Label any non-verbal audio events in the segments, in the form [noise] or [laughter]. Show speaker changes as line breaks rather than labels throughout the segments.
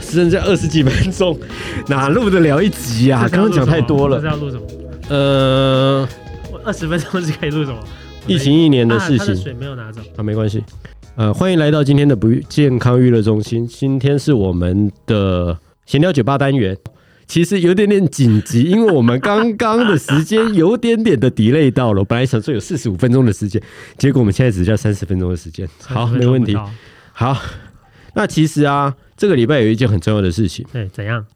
剩下二十几分钟，哪录得了一集啊？刚刚讲太多
这
了。
是要录什么？
呃，
我二十分钟是可以录什么？
疫情一年的事
啊他的
情
水没有拿走，
啊，没关系。呃，欢迎来到今天的不健康娱乐中心。今天是我们的闲聊酒吧单元，其实有点点紧急，因为我们刚刚的时间有点点的 delay 到了。我本来想说有四十五分钟的时间，结果我们现在只叫三十分钟的时间。好，
30分
没
钟
问
不
题。
到。
好，那其实啊，这个礼拜有一件很重要的事情。
对，怎样？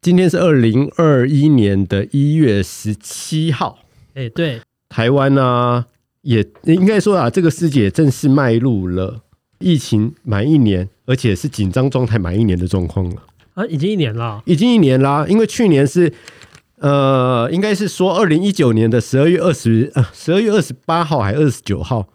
今天是二零二一年的一月十七号，
哎，对，
台湾呢、也应该说啊，这个世界也正式迈入了疫情满一年，而且是紧张状态满一年的状况了，
啊，已经一年了，
已经一年啦。因为去年是呃，应该是说二零一九年的十二月二十呃十二月二十八号还二十九号，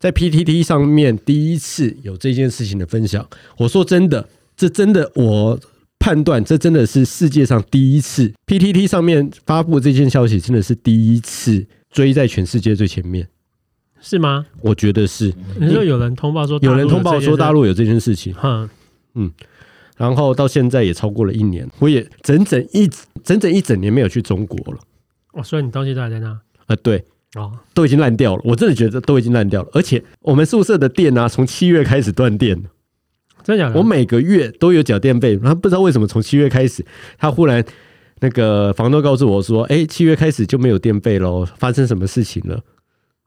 在 PTT 上面第一次有这件事情的分享。我说真的，这真的我判断，这真的是世界上第一次 PTT 上面发布这件消息，真的是第一次追在全世界最前面。
是吗？
我觉得是
你说有人通报说大
有
陆
人通报
这件
说
事
大，陆有这件事情，
哼，
然后到现在也超过了一年，我也整整一整整一整年没有去中国了。
我说你东西都还在那
啊，对，
哦，
都已经烂掉了，我真的觉得都已经烂掉了。而且我们宿舍的电啊，从七月开始断电，
真的假的？
我每个月都有缴电费。他不知道为什么从七月开始，他忽然那个房东告诉我说：“哎，七月开始就没有电费喽，发生什么事情了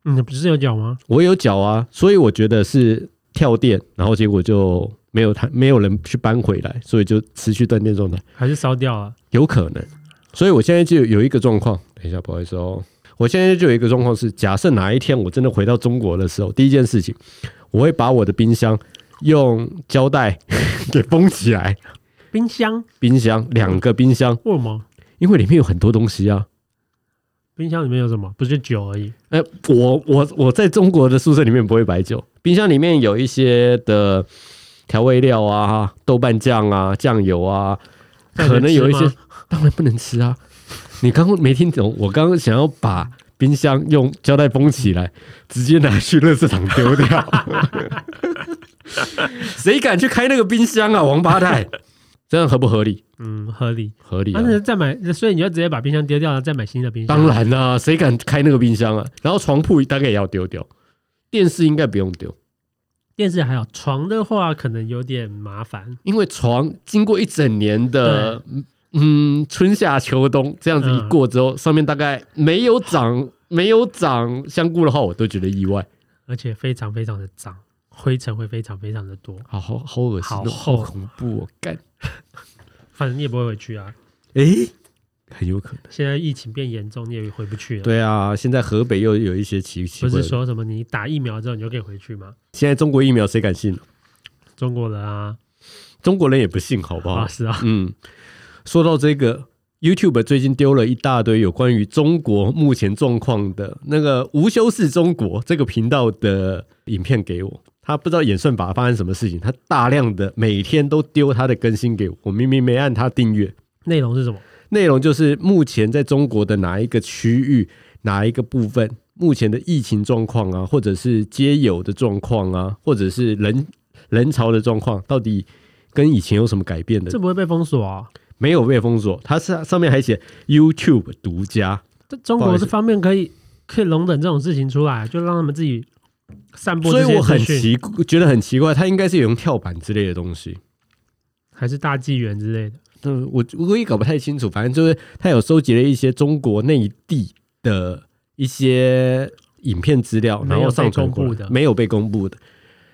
嗯你不是有讲吗？？”
我有缴啊，所以我觉得是跳电，然后结果就没有他没有人去搬回来，所以就持续断电状态。
还是烧掉了？
有可能。所以我现在就有一个状况，等一下，不好意思哦，我现在就有一个状况是，假设哪一天我真的回到中国的时候，第一件事情，我会把我的冰箱用胶带 [laughs] 给封起来，
冰箱
冰箱两个冰箱，
为什么？
因为里面有很多东西啊。
冰箱里面有什么？不是酒而已，
哎、我我我在中国的宿舍里面不会摆酒，冰箱里面有一些的调味料啊、豆瓣酱啊、酱油啊，
那你
可能有一
吃
些
吗
[laughs] 当然不能吃啊！你刚刚没听懂，我刚刚想要把冰箱用胶带封起来，直接拿去垃圾桶丢掉。 [laughs] 谁敢去开那个冰箱啊，王八蛋！ [laughs] 这样合不合理？
嗯，合理。
合理、
啊
啊。
那再买，所以你就直接把冰箱丢掉，然后再买新的冰箱。
当，然啦、谁敢开那个冰箱啊？然后床铺大概也要丢掉，电视应该不用丢，
电视还好，床的话可能有点麻烦。
因为床经过一整年的嗯春夏秋冬这样子一过之后，上面大概没有长没有长香菇的话，我都觉得意外。
而且非常非常的脏，灰尘会非常非常的多。
好好好恶心哦，
好厚
好恐怖哦！干，
反正你也不会回去啊。
诶，很有可能。
现在疫情变严重，你也回不去了。，
对啊，现在河北又有一些奇奇
不
怪的。
是说什么你打疫苗之后你就可以回去吗？
现在中国疫苗谁敢信？
中国人啊，
中国人也不信，好不好
啊？是啊，
嗯，说到这个，YouTube 最近丢了一大堆有关于中国目前状况的那个“无修饰中国”这个频道的影片给我。他不知道演算法发生什么事情，他大量的每天都丢他的更新给我，我明明没按他订阅。
内容是什么？
内容就是目前在中国的哪一个区域、哪一个部分，目前的疫情状况啊，或者是街友的状况啊，或者是人人潮的状况，到底跟以前有什么改变的
这不会被封锁啊？
没有被封锁，它是上面还写 YouTube 独家。
这中
不好
国
意思
这方面可以可以容忍这种事情出来，啊就让他们自己散播
所
这
以
些
我很
资讯，
奇，觉得很奇怪，它应该是有用跳板之类的东西。
还是大纪元之类的。
但嗯我我也搞不太清楚，反正就是它有收集了一些中国内地的一些影片资料，
没有
然后上传过
被公布
来，
的
没有被公布的。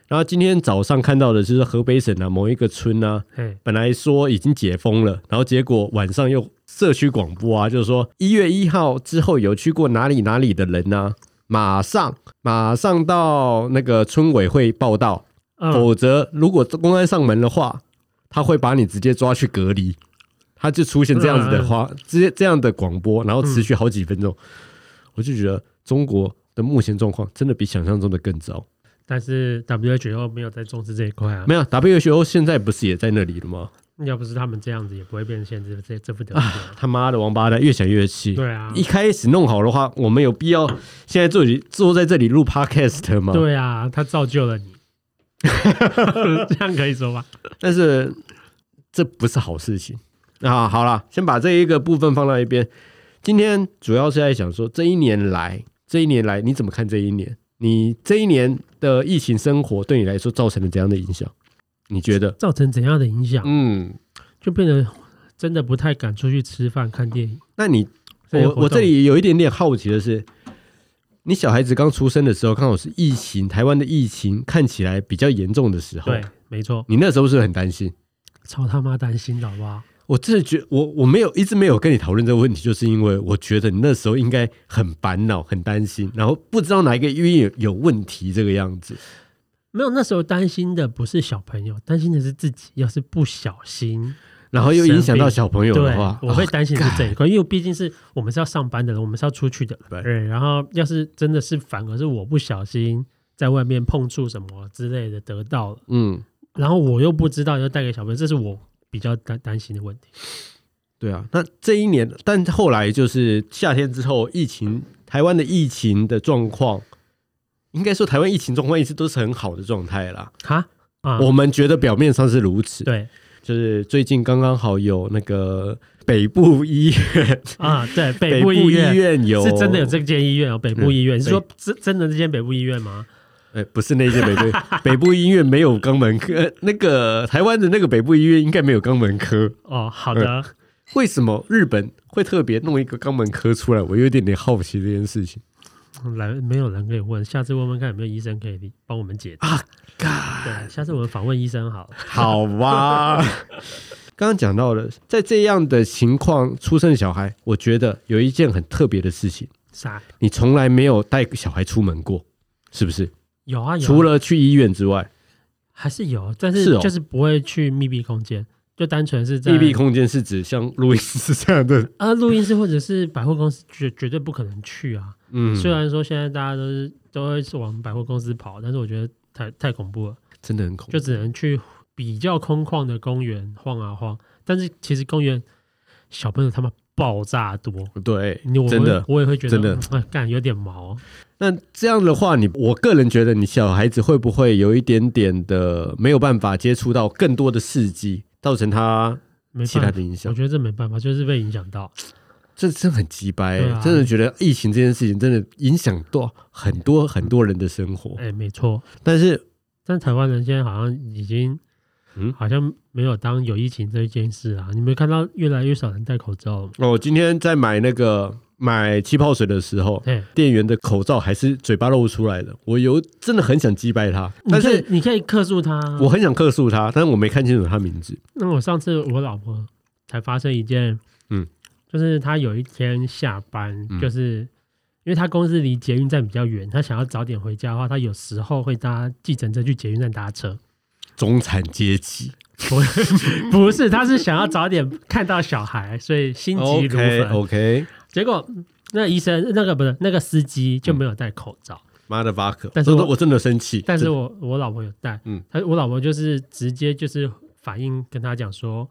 然后今天早上看到的就是河北省啊某一个村啊，
嘿，
本来说已经解封了，然后结果晚上又社区广播啊，就是说一月一号之后有去过哪里哪里的人呢、马上马上到那个村委会报道，
嗯，
否则如果公安上门的话，他会把你直接抓去隔离。他就出现这样子的话，直接这样的广播，然后持续好几分钟，我就觉得中国的目前状况真的比想象中的更糟。
但是 WHO 没有在重视这一块啊。
没有 WHO 现在不是也在那里了吗？
要不是他们这样子，也不会变成现在这这副德行啊。
他妈的王八蛋，越想越气。
对啊，
一开始弄好的话，我们有必要现在坐里坐在这里录 podcast 吗？
[laughs] 对啊，他造就了你。这样可以说吧？
但是这不是好事情啊。好了，先把这一个部分放到一边。今天主要是在想说，这一年来，这一年来你怎么看这一年？你这一年的疫情生活对你来说造成了怎样的影响？你觉得？
造成怎样的影响？
嗯，
就变得真的不太敢出去吃饭、看电影。
那你
这些
我
活动
我这里有一点点好奇的是，你小孩子刚出生的时候，刚好是疫情，台湾的疫情看起来比较严重的时候，
对，没错，
你那时候是不是很担心？
超他妈担心的好不好？
我真的觉我我没有一直没有跟你讨论这个问题，就是因为我觉得你那时候应该很烦恼、很担心，然后不知道哪一个医院有有问题这个样子。
没有，那时候担心的不是小朋友，担心的是自己。要是不小心，
然后又影响到小朋友
对
的话，，
我会
哦
担心是这一块，因为毕竟是我们是要上班的人，我们是要出去的
对
人。对，然后要是真的是反而是我不小心在外面碰触什么之类的得到了，
嗯，
然后我又不知道要带给小朋友，这是我比较担担心的问题。
对啊。那这一年，但后来就是夏天之后，疫情台湾的疫情的状况，应该说台湾疫情状况一直都是很好的状态啦。
哈啊，
我们觉得表面上是如此，
对
就是最近刚刚好有那个北部医院，
啊，对，
[laughs] 北
北
部
部医
医
院
院有嗯
是真的有这间医院哦，北部医院，你是
北
说真真的这间北部医院吗？
哎、不是那间北部 [laughs] 北部医院没有肛门科， [laughs] 呃那个台湾的那个北部医院应该没有肛门科。
哦，好的，
为什么日本会特别弄一个肛门科出来？我有一点点好奇这件事情。嗯
[laughs] 来，没有人可以问，下次问问看有没有医生可以帮我们
啊
解答。对，下次我们访问医生好了。
[laughs] 好吧， [laughs] 刚刚讲到了，在这样的情况出生的小孩，我觉得有一件很特别的事情，
啥？
你从来没有带小孩出门过，是不是？
有啊，有啊
除了去医院之外，
还是有，但
是
是
哦
就是不会去密闭空间，就单纯是在
密闭空间是指像录音室这样的，
啊，录音室或者是百货公司绝绝对不可能去啊。
嗯，
虽然说现在大家都是都会是往百货公司跑，但是我觉得太太恐怖了，
真的很恐怖，
就只能去比较空旷的公园晃啊晃。但是其实公园小朋友他们爆炸多，
对
你我，
真的
会我也会觉得
真的
嗯哎干有点毛哦。
那这样的话，你我个人觉得，你小孩子会不会有一点点的没有办法接触到更多的刺激，造成他
没
其他
办
的
法，
影
我
响？
觉得这没办法，就是被影响到。
这真的很鸡掰、欸
对啊
真的觉得疫情这件事情真的影响到很多很多人的生活。
哎，没错，
但是，
但台湾人现在好像已经，
嗯
好像没有当有疫情这一件事啊。你没看到越来越少人戴口罩了吗？
我、哦今天在买那个买气泡水的时候，
对，
店员的口罩还是嘴巴露出来的，我有真的很想击败他，但
你
是
可以你可以克诉他啊。
我很想克诉他，但是我没看清楚他名字。
那我上次我老婆才发生一件，
嗯，
就是她有一天下班，
嗯
就是因为她公司离捷运站比较远，她想要早点回家的话，她有时候会搭计程车去捷运站搭车。
中产阶级
不 [laughs] 是不是，她是想要早点看到小孩，所以心急如
，OK
焚。
哦 OK，
结果那医生那个不是那个司机就没有戴口罩。
妈的 v 克，
但是我
真的我真的生气，
但是我我老婆有带，
嗯
嗯，她我老婆就是直接就是反应跟他讲说，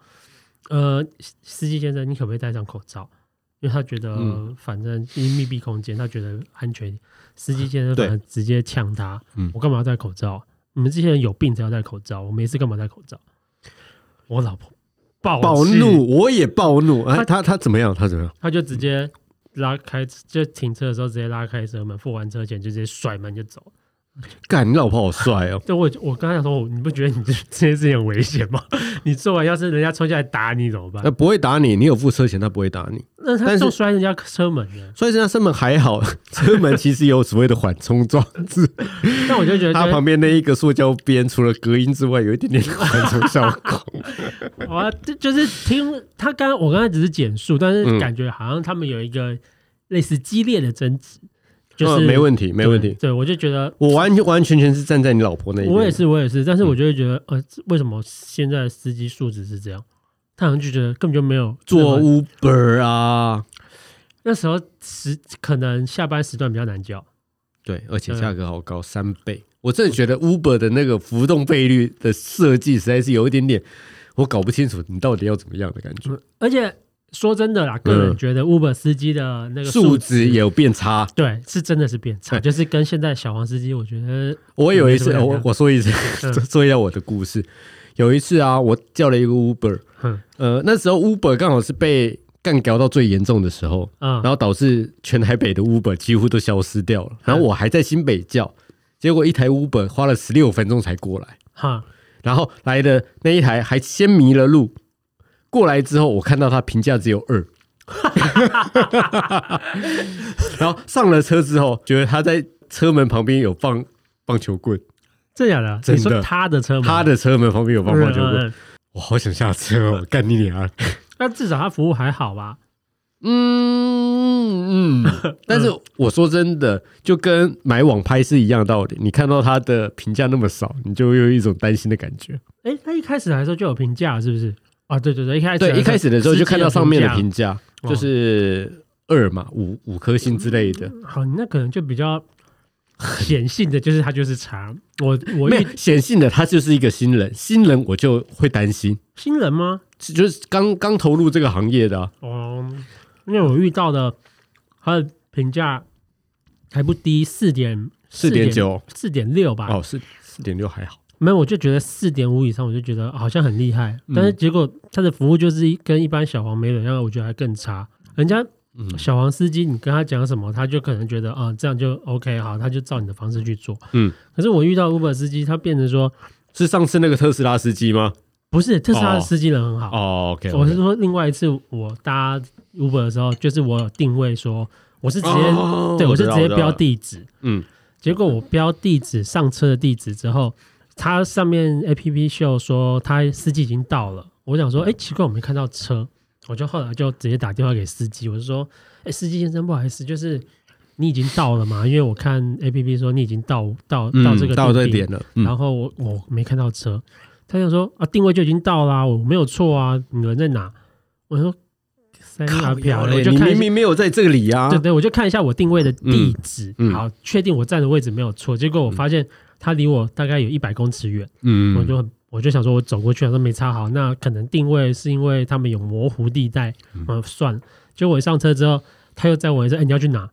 呃，司司机先生，你可不可以戴上口罩？因为他觉得、
嗯
反正因为密闭空间，他觉得安全。司机先生
对
反而直接呛他，
嗯
我干嘛要戴口罩？你们这些人有病才要戴口罩，我没事干嘛戴口罩？我老婆暴
暴
气，
怒，我也暴怒。哎，
他
他他怎么样？他怎么样？
他就直接拉开，就停车的时候直接拉开车门，付完车钱就直接甩门就走。
干，你老婆好帅
[laughs]
哦！
对我，我刚才想说，我你不觉得你这这件事情很危险吗？ [laughs] 你做完，要是人家冲下来打你怎么办
那？不会打你，你有付车钱，他不会打你。
那
呃但
他
是
就摔人家车门了。
所以这辆车门还好， [laughs] 车门其实有所谓的缓冲
[laughs]
装置，
那我就觉得
它旁边那一个塑胶边除了隔音之外，有一点点缓冲效果。
就，哇，这就是听他刚刚，我刚才只是简述，但
嗯
是感觉好像他们有一个类似激烈的争执， [laughs] 就
嗯
是、
没问题，没问
对
题。
对，我就觉得
我完完全全是站在你老婆那一边。
我也，是，我也是，但是
嗯
我就会觉得，呃，为什么现在的司机素质是这样？他好像就觉得根本就没有
做
任何
Uber 啊，
那时候时可能下班时段比较难叫。
对，而且
嗯
价格好高，三倍。我真的觉得 Uber 的那个浮动倍率的设计实在是有一点点，我搞不清楚你到底要怎么样的感觉。
而且说真的啦，个人觉得 Uber 司机的那个
嗯素质
质
有变差。
对，是真的是变差，
对
就是跟现在小黄司机，我觉得
我有一次，
没什么
我
两样
我说一次，
嗯
[laughs] 说一下我的故事。有一次啊，我叫了一个 Uber，
嗯
呃，那时候 Uber 刚好是被干掉到最严重的时候，
嗯
然后导致全台北的 Uber 几乎都消失掉了。然
嗯
后我还在新北叫，结果一台 Uber 花了十六分钟才过来，
哈
然后来的那一台还先迷了路。过来之后，我看到他评价只有
[laughs]
二，然后上了车之后，觉得他在车门旁边有放棒球棍，
这样的，
真的
你说他的车吗？
他的车门旁边有放棒球
嗯
棍，
嗯嗯
我好想下车哦，干你娘！
那至少他服务还好吧？
嗯嗯， [laughs] 但是我说真的，就跟买网拍是一样道理。你看到他的评价那么少，你就有一种担心的感觉。
哎，他一开始来的时候就有评价，是不是？啊，对对对，一开始
对，一开始的时候就看到上面的
评
评价，
哦
就是二嘛，五五颗星之类的，
价，好，那可能就比较显性的，就是他就是差。我
[laughs]
我
没
遇
有显性的，他就是一个新人，新人我就会担心，
新人吗？
就是刚刚投入这个行业的啊、
哦，因为我遇到的他的评价还不低，四点啊
四点，九
四点六吧。
哦，四四点六还好，
没有，我就觉得四点五以上，我就觉得好像很厉害，
嗯
但是结果他的服务就是一跟一般小黄没两样，我觉得还更差。人家
嗯
小黄司机，你跟他讲什么，他就可能觉得啊、这样就 OK 好，他就照你的方式去做。
嗯，
可是我遇到 Uber 司机，他变成说
是上次那个特斯拉司机吗？
不是特斯拉
哦
的司机人很好，
哦，OK，
啊我是说另外一次我搭 Uber 的时候，就是我有定位说我是直接、
哦
对我是直接标，地址，
嗯
结果我标地址上车的地址之后，它上面 A P P 秀说他司机已经到了。我想说，哎、奇怪，我没看到车，我就后来就直接打电话给司机，我就说，哎、司机先生，不好意思，就是你已经到了嘛？因 [laughs] 为我看 A P P 说你已经到到
嗯，
到这个、
到这个点，了，嗯
然后我我没看到车，他就说啊，定位就已经到啦、我没有错啊，你人在哪？我说三
靠
啊
腰
票，
嘞
我就
你
看一
明
下
明没有在这里啊
对！对，我就看一下我定位的地址，
嗯嗯
好，确定我站的位置没有错。结果我发现它离我大概有一百公尺远，
嗯
我就很我就想说，我走过去，想说没插好，那可能定位是因为他们有模糊地带，
嗯
嗯，算了。结果我一上车之后，他又再问我一次，哎、你要去哪？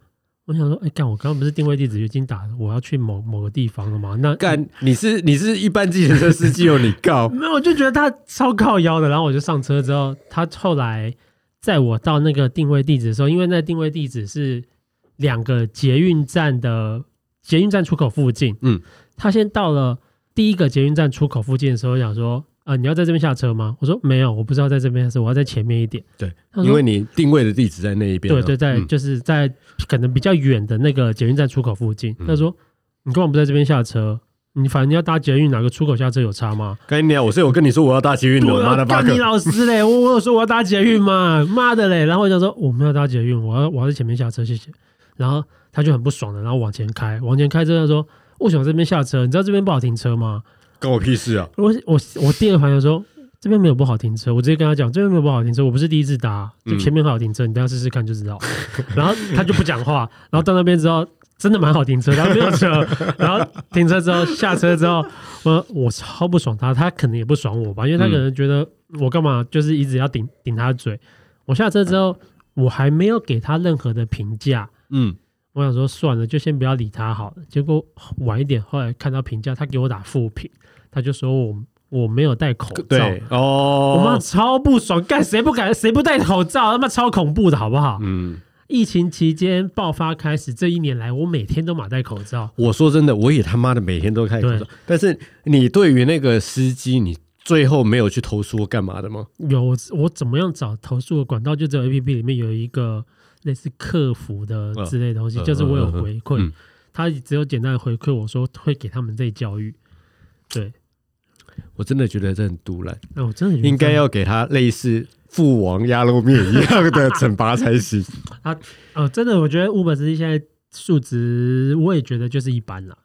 我想说，哎、干，我刚刚不是定位地址就已经打了，我要去某某个地方了吗？那
干，你是你是一般计程车司机哦，你告
没有， [laughs] 我就觉得他超靠腰的。然后我就上车之后，他后来载我到那个定位地址的时候，因为那定位地址是两个捷运站的捷运站出口附近。
嗯，
他先到了第一个捷运站出口附近的时候，想说：“呃，你要在这边下车吗？”我说：“没有，我不知道在这边下车，我要在前面一点。
对，
他说”
因为你定位的地址在那一边啊。
对对，在
嗯
就是在可能比较远的那个捷运站出口附近。
嗯
他说：“你干嘛不在这边下车？你反正要搭捷运，哪个出口下车有差吗？”
干你啊！我是有跟你说我要搭捷运的，
对
妈
啊
的巴
干你
克！
老师嘞！我我有说我要搭捷运嘛，妈的嘞！然后我想说我没有搭捷运，我要我要在前面下车，谢谢。然后他就很不爽的，然后往前开，往前开之后他说为什么这边下车？你知道这边不好停车吗？
关我屁事啊！
我我我第二个反应说这边没有不好停车，我直接跟他讲这边没有不好停车，我不是第一次搭，就
嗯
前面很好停车，你等下试试看就知道。 [laughs] 然后他就不讲话，然后到那边之后。真的蛮好停车，然后没有车，然后停车之后下车之后，我我超不爽他，他可能也不爽我吧，因为他可能觉得我干嘛就是一直要顶顶他的嘴。我下车之后，我还没有给他任何的评价，
嗯，
我想说算了，就先不要理他好了。结果晚一点，后来看到评价，他给我打负评，他就说我我没有戴口罩，
对
我妈
哦，
超不爽，干谁不敢谁不戴口罩，他妈超恐怖的好不好？
嗯，
疫情期间爆发开始，这一年来我每天都马戴口罩，
我说真的，我也他妈的每天都开口罩
对。
但是你对于那个司机，你最后没有去投诉或干嘛的吗？
有我我怎么样找投诉的管道，就只有 A P P 里面有一个类似客服的之类的东西，
嗯
就是我有
嗯嗯嗯
回馈，
嗯
他只有简单的回馈我说会给他们这教育，对，
我真的觉得这很突然，
那我真的觉得
应该要给他类似父王鸭肉面一样的惩罚才
[laughs]
行。
哦，真的，我觉得 Uber 司机现在数值，我也觉得就是一般啦。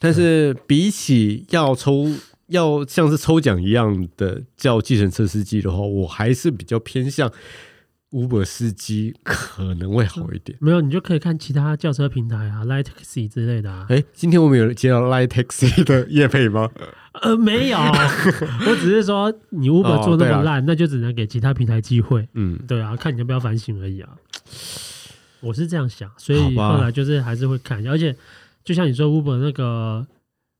但是比起要抽要像是抽奖一样的叫计程车司机的话，我还是比较偏向 Uber 司机可能会好一点。
没有，你就可以看其他轿车平台啊，Light Taxi 之类的啊。
哎，今天我们有接到 Line Taxi 的业配吗？
呃，没
[laughs]
有，我只是说你
哦
Uber 做那么烂，那就只能给其他平台机会。
嗯，
对啊，看你要不要反省而已啊。我是这样想，所
好
以
吧
后来就是还是会看一下，而且就像你说 Uber 那个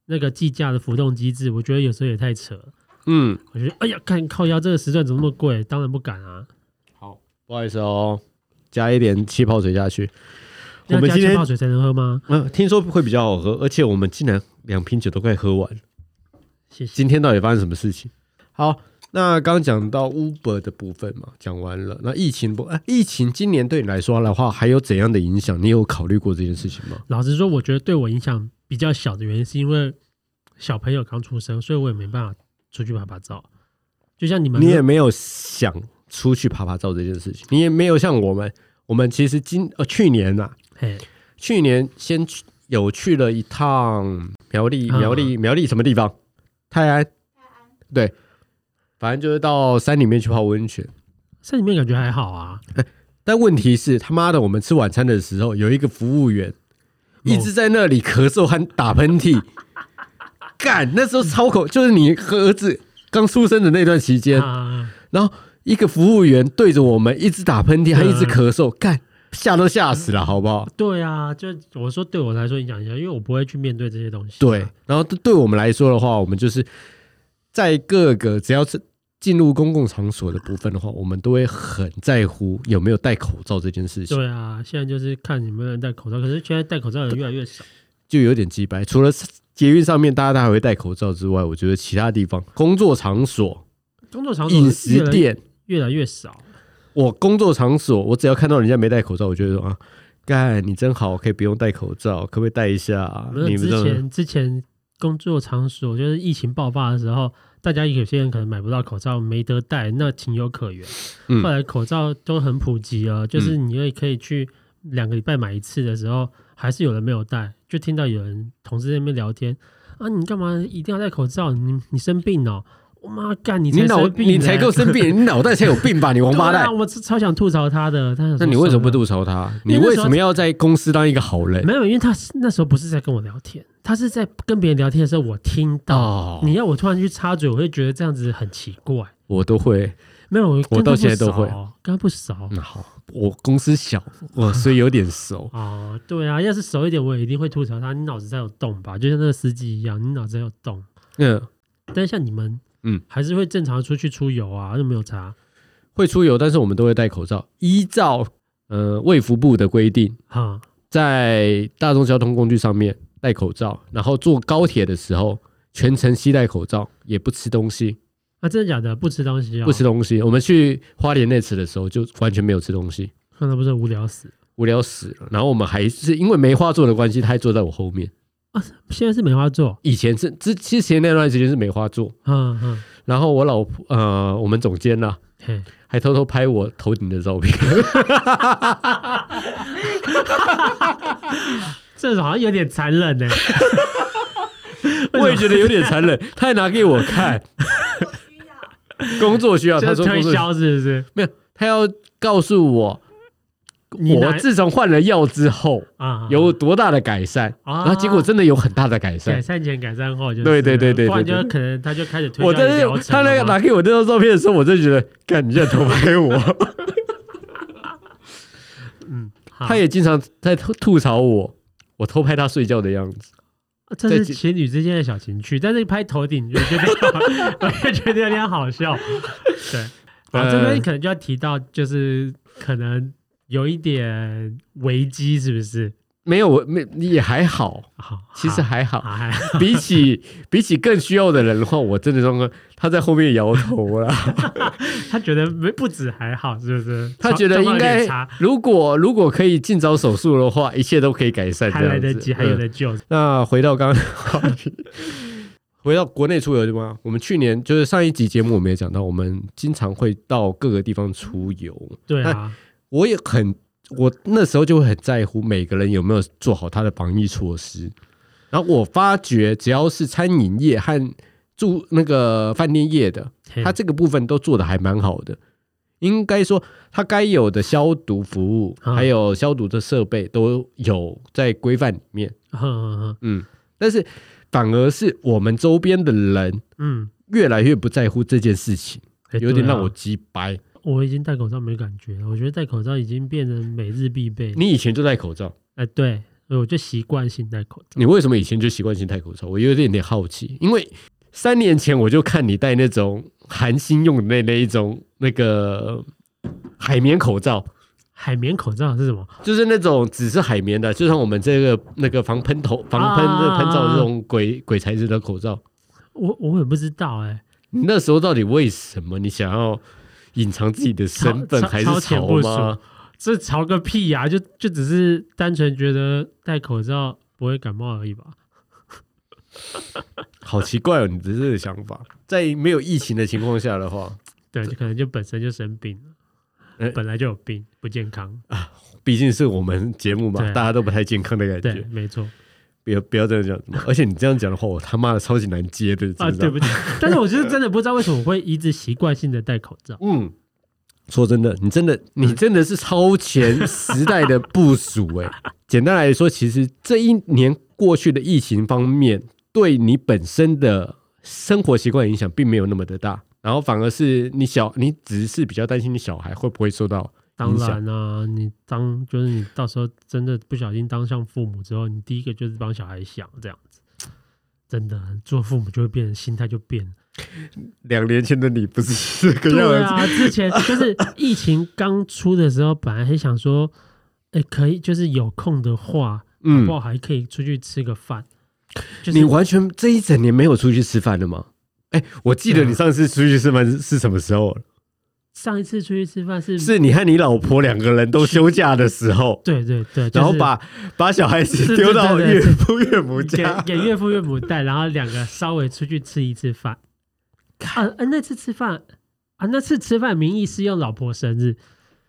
那个计价的浮动机制，我觉得有时候也太扯了。
嗯，
我觉得哎呀，看靠腰这个时段怎么那么贵？当然不敢啊。
不好意思哦，加一点气泡水下去。我
要
们
加
今
气
天
泡水才能喝吗？
嗯，听说会比较好喝，而且我们竟然两瓶酒都快喝完了。
谢谢。
今天到底发生什么事情？好，那刚讲到 Uber 的部分嘛，讲完了。那疫情不？啊、疫情今年对你来说的话，还有怎样的影响？你有考虑过这件事情吗？
老实说，我觉得对我影响比较小的原因，是因为小朋友刚出生，所以我也没办法出去拍拍照。就像你们，
你也没有想出去爬爬照这件事情，你也没有像我们，我们其实今呃去年呐、
嘿，
去年先去有去了一趟苗栗，
嗯
苗栗，苗栗什么地方？泰安，对，反正就是到山里面去泡温泉。
山里面感觉还好啊，
但问题是，他妈的，我们吃晚餐的时候，有一个服务员一直在那里咳嗽和打喷 [laughs] 嚏，干，那时候超口，就是你和儿子刚出生的那段期间，
啊，
然后一个服务员对着我们一直打喷嚏，还一直咳嗽，干，吓都吓死了，好不好？
对啊，就我说对我来说影响一下，因为我不会去面对这些东西、啊
对，，然后对我们来说的话，我们就是在各个只要是进入公共场所的部分的话，我们都会很在乎有没有戴口罩这件事情。
对啊，现在就是看有没有人戴口罩，可是现在戴口罩的人越来越少。
就有点鸡掰。除了捷运上面大家都还会戴口罩之外，我觉得其他地方工作场所、
工作场所
饮食
越来
店，
越来越少，
我工作场所，我只要看到人家没戴口罩，我就会说啊，干你真好，可以不用戴口罩，可不可以戴一下啊？
没有
你们
之
这种
前之前工作场所就是疫情爆发的时候，大家有些人可能买不到口罩，没得戴，那情有可原。
嗯
后来口罩都很普及了，就是你也可以去两个礼拜买一次的时候，还是有人没有戴，就听到有人同事在那边聊天啊，你干嘛一定要戴口罩？你你生病哦？我妈干你
你
才
脑
生病、
你才够生病，你脑袋才有病吧？你王八
对啊
蛋！
我超想吐槽他的，但是
那你为什么不吐槽他？你
因为那
为
时候
什么要在公司当一个好人？
没有，因为他是那时候不是在跟我聊天，他是在跟别人聊天的时候，我听到。
哦，
你要我突然去插嘴，我会觉得这样子很奇怪。
我都会。
没有，
我到现在都会
跟他不熟
那好，我公司
[laughs]
小，我所以有点熟。
哦，对啊，要是熟一点，我也一定会吐槽他。你脑子才有洞吧？就像那个司机一样，你脑子才有洞。
嗯，
但是像你们，
嗯，
还是会正常出去出游啊，又没有查
会出游，但是我们都会戴口罩。依照呃卫福部的规定，
哈。
在大众交通工具上面戴口罩，然后坐高铁的时候全程携带口罩，也不吃东西，
啊，真的假的？不吃东西啊、
不吃，东西。我们去花莲那次的时候就完全没有吃东西，
看他不是无聊死
无聊死了。然后我们还是因为梅花座的关系，他还坐在我后面。
啊！现在是梅花座，
以前是之之前那段时间是梅花座，
嗯嗯，
然后我老婆呃我们总监呐、
嘿，
还偷偷拍我头顶的照片， [laughs]
这种好像有点残忍呢、
我也觉得有点残忍。他还拿给我 [laughs] 看，工作需要， [laughs] 他
这是
说工
推
作需要
销是不是？
没有，他要告诉我，
你
我
哪
自从换了药之后
啊，
有多大的改善，
啊，
然后结果真的有很大的改
改
善。
善前、改善后就是，
对对对对对
不然就
对
可能他就开始推销
我真
你疗
的，
程
他那
了
个
嘛
拿给我这张照片的时候，我就觉 [laughs] 得，干，你在偷拍 [laughs] 我。
嗯，好
他也经常在吐吐槽我，我偷拍他睡觉的样子。
哦这是
在
情侣之间的小情趣，但是拍头顶我觉得我就觉得有点好笑。对，啊，
[laughs] 呃
这边可能就要提到，就是可能有一点危机，是不是？
没有，我没也还好，
好，
其实
好
还好。
好还 [laughs]
比起 [laughs] 比起更需要的人的话，我真的状况，他在后面摇头
[laughs]
啦。
他觉得没不止还好，是不是？
他觉得
状况
应
有点
该
差，
如果如果可以尽早手术的话，一切都可以改善。
还
这样
来得
子
及，还有
嗯
得救。
那回到刚刚的 [laughs] 话题，回到国内出游对吗？我们去年就是上一集节目我们也讲到，我们经常会到各个地方出游。
对啊，
我也很，我那时候就会很在乎每个人有没有做好他的防疫措施。然后我发觉，只要是餐饮业和住那个饭店业的，
嘿
他这个部分都做的还蛮好的。应该说，他该有的消毒服务，
嗯
还有消毒的设备都有在规范里面。
嗯嗯嗯
嗯，但是反而是我们周边的人
嗯，
越来越不在乎这件事情，
哎
有点
对啊
让我鸡掰。
我已经戴口罩没感觉了，我觉得戴口罩已经变成每日必备。
你以前就戴口罩，
哎，对，所以我就习惯性戴口罩。
你为什么以前就习惯性戴口罩？我有一点点好奇，因为三年前我就看你戴那种韩星用的那那一种那个海绵口罩，
海绵口罩是什么？
就是那种只是海绵的，就像我们这个那个防喷头、防喷的喷罩的这种鬼鬼材质的口罩。
我我也不知道哎、
你那时候到底为什么你想要隐藏自己的
超
身份，
超
还
超
是
前
潮
部
吗
署？这潮个屁呀、就就只是单纯觉得戴口罩不会感冒而已吧。
好奇怪哦，你的这个想法，在没有疫情的情况下的话，
对，就可能就本身就生病了，
哎啊
本来就有病，不健康。
毕竟是我们节目嘛，
对
大家都不太健康的感
对，
觉，
没错
不要不要这样讲什
[laughs]
么。而且你这样讲的话，我他妈的超级难接的，
啊，
知道
对
吗
不起。但是我就是真的不知道为什么我会一直习惯性的戴口罩。
嗯。说真的，你真的，你
[laughs]
真的是超前时代的部署 [laughs] 哎、
啊
简单来说，其实这一年过去的疫情方面，对你本身的生活习惯影响并没有那么的大，然后反而是你小，你只是比较担心你小孩会不会受到
当
影响
然啊，你当就是你到时候真的不小心当上父母之后，你第一个就是帮小孩想这样子，真的做父母就会变，心态就变了。
两年前的你不是这个
对
样子。
啊，之前就是疫情刚出的时候，本来还想说，哎、可以就是有空的话，
嗯
不，好还可以出去吃个饭。就是
你完全这一整年没有出去吃饭了吗？哎、我记
啊
得你上次出去吃饭是是什么时候了？
上一次出去吃饭
[laughs]
是，
是你和你老婆两个人都休假的时候，
对对对， [laughs] 就是
然后把把小孩子
是
丢到
对对
岳 [laughs]
对
父岳母家。
给给岳父岳母带，然后两个稍微出去吃一次饭。啊，啊那次吃饭啊，那次吃饭名义是用老婆生日，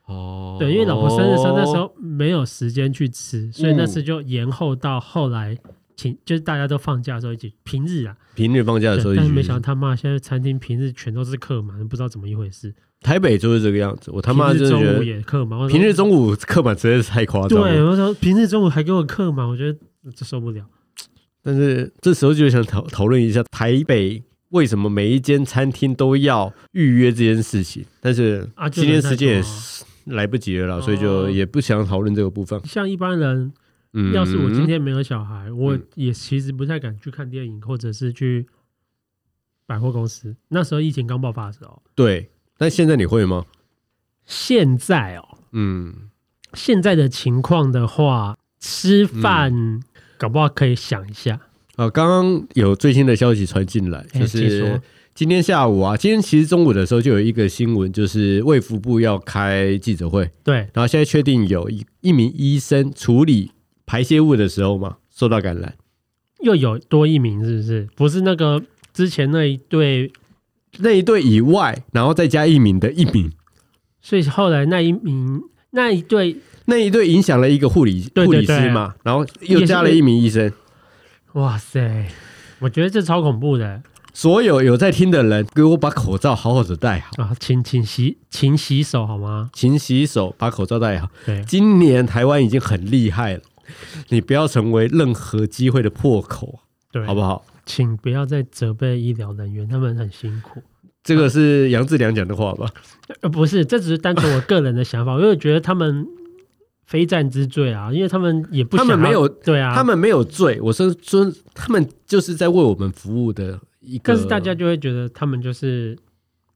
哦
对，因为老婆生日的时候那时候没有时间去吃，所以那
嗯
次就延后到后来请，就是大家都放假的时候一起平日啊。
平日放假的时候一起
对但
去
是
吃，
没想到他妈现在餐厅平日全都是客满，不知道怎么一回事。
台北就是这个样子。我他妈
平
真
日
的觉
中午
得
也客满，我说
平日中午刻板实在是太夸张
对，
了。
我说平日中午还给我客满，我觉得这受不了。
但是这时候就想讨讨论一下台北。为什么每一间餐厅都要预约这件事情？但是
啊就
今天
人太
时间也
多啊
来不及了啦，所以
哦
就也不想讨论这个部分。
像一般人
嗯，
要是我今天没有小孩，我
嗯
也其实不太敢去看电影，或者是去百货公司。那时候疫情刚爆发的时候，
对，但现在你会吗？
现在哦，
嗯，
现在的情况的话，吃饭、
嗯
搞不好可以想一下，
啊，刚刚有最新的消息传进来，
哎
就
请说
是今天下午啊，今天其实中午的时候就有一个新闻，就是卫福部要开记者会，
对，
然后现在确定有一一名医生处理排泄物的时候嘛，受到感染，
又有多一名是不是？不是那个之前那一对，
那一对以外，然后再加一名的一名，
所以后来那一名那一对，
那一对影响了一个护理
对
护理
对
师
对
嘛，然后又加了一名医生。
哇塞，我觉得这超恐怖的
所有有在听的人，给我把口罩好好的戴好，
啊！请请洗，请洗手好吗？
勤洗手，把口罩戴好。
对，
今年台湾已经很厉害了，你不要成为任何机会的破口，
对，
好不好？
请不要再责备医疗人员，他们很辛苦。
这个是杨志良讲的话吧？
呃，不是，这只是单纯我个人的想法，因为我觉得他们非战之罪啊，因为他们也不
他们
想要
没有
对啊，
他们没有罪，我是尊，他们就是在为我们服务的一个。
可是大家就会觉得他们就是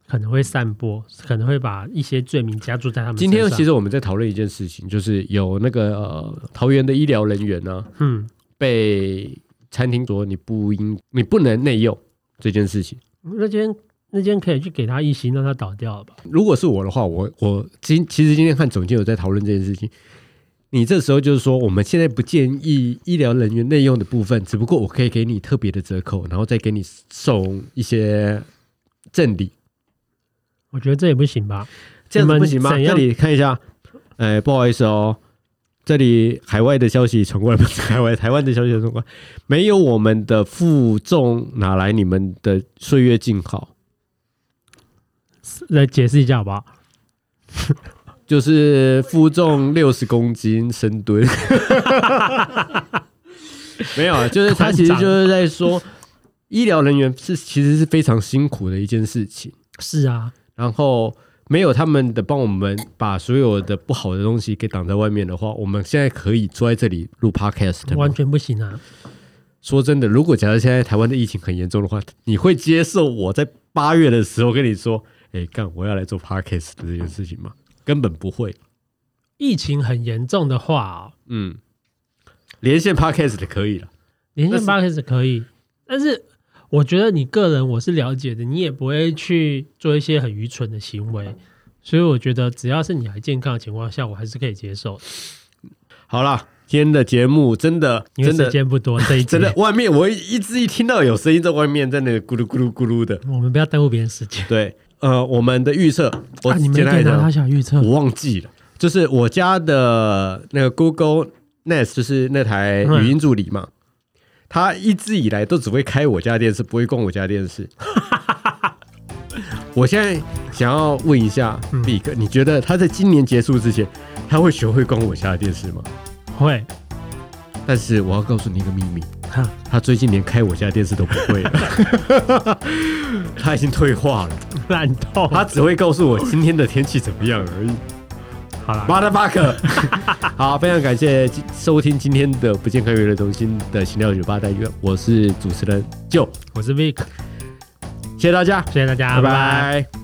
可能会散播，可能会把一些罪名加注在他们
今天
嗯身上
其实我们在讨论一件事情，就是有那个、呃、桃园的医疗人员呢、
嗯，
被餐厅说你不应你不能内用这件事情。
那间那间可以去给他一席，让他倒掉了吧？
如果是我的话，我我今其实今天看总监有在讨论这件事情。你这时候就是说，我们现在不建议医疗人员内用的部分，只不过我可以给你特别的折扣，然后再给你送一些赠礼，
我觉得这也不行吧？
这样
你
子
们
不行吗？
怎
这
样
里看一下，哎，不好意思哦，这里海外的消息传过来，不是 [laughs] 海外台湾的消息传过来，没有我们的负重，哪来你们的岁月静好？
来解释一下好不好？
就是负重六十公斤深蹲， [laughs] 没有啊，就是他其实就是在说，医疗人员是其实是非常辛苦的一件事情，
是啊，
然后没有他们的帮我们把所有的不好的东西给挡在外面的话，我们现在可以坐在这里录 podcast 吗
完。全不行啊。
说真的，如果假如现在台湾的疫情很严重的话，你会接受我在八月的时候跟你说，哎、干我要来做 podcast 的这件事情吗？根本不会。
疫情很严重的话哦、
嗯，连线 podcast 可以了。
连线
但是
p o d 可以，但是我觉得你个人我是了解的，你也不会去做一些很愚蠢的行为，所以我觉得只要是你还健康的情况下，我还是可以接受的。
好啦，今天的节目真的
因为
真
时
的
间不多，这一集
[laughs] 真的，外面我一直一听到有声音在外面在那里咕噜咕噜咕噜的。
我们不要耽误别人时间。
对，呃，我们的预测，我
啊，你们
简单
给
一
他
讲，
小预测，
我忘记了，就是我家的那个 Google Nest，就是那台语音助理嘛，它一直以来都只会开我家电视，不会关我家电视。 [laughs] 我现在想要问一下 B 哥，你觉得他在今年结束之前，他会学会关我家的电视吗？
会
但是我要告诉你一个秘密，
哈， [laughs]
他最近连开我家电视都不会了，他已经退化了，
烂透。
他只会告诉我今天的天气怎么样而已。
好啦，
巴特巴克， [laughs] 好，非常感谢今收听今天的不健康娱乐中心的闲聊酒吧单元，我是主持人就，
我是 Vic，
谢谢大家，
谢谢大家，
拜拜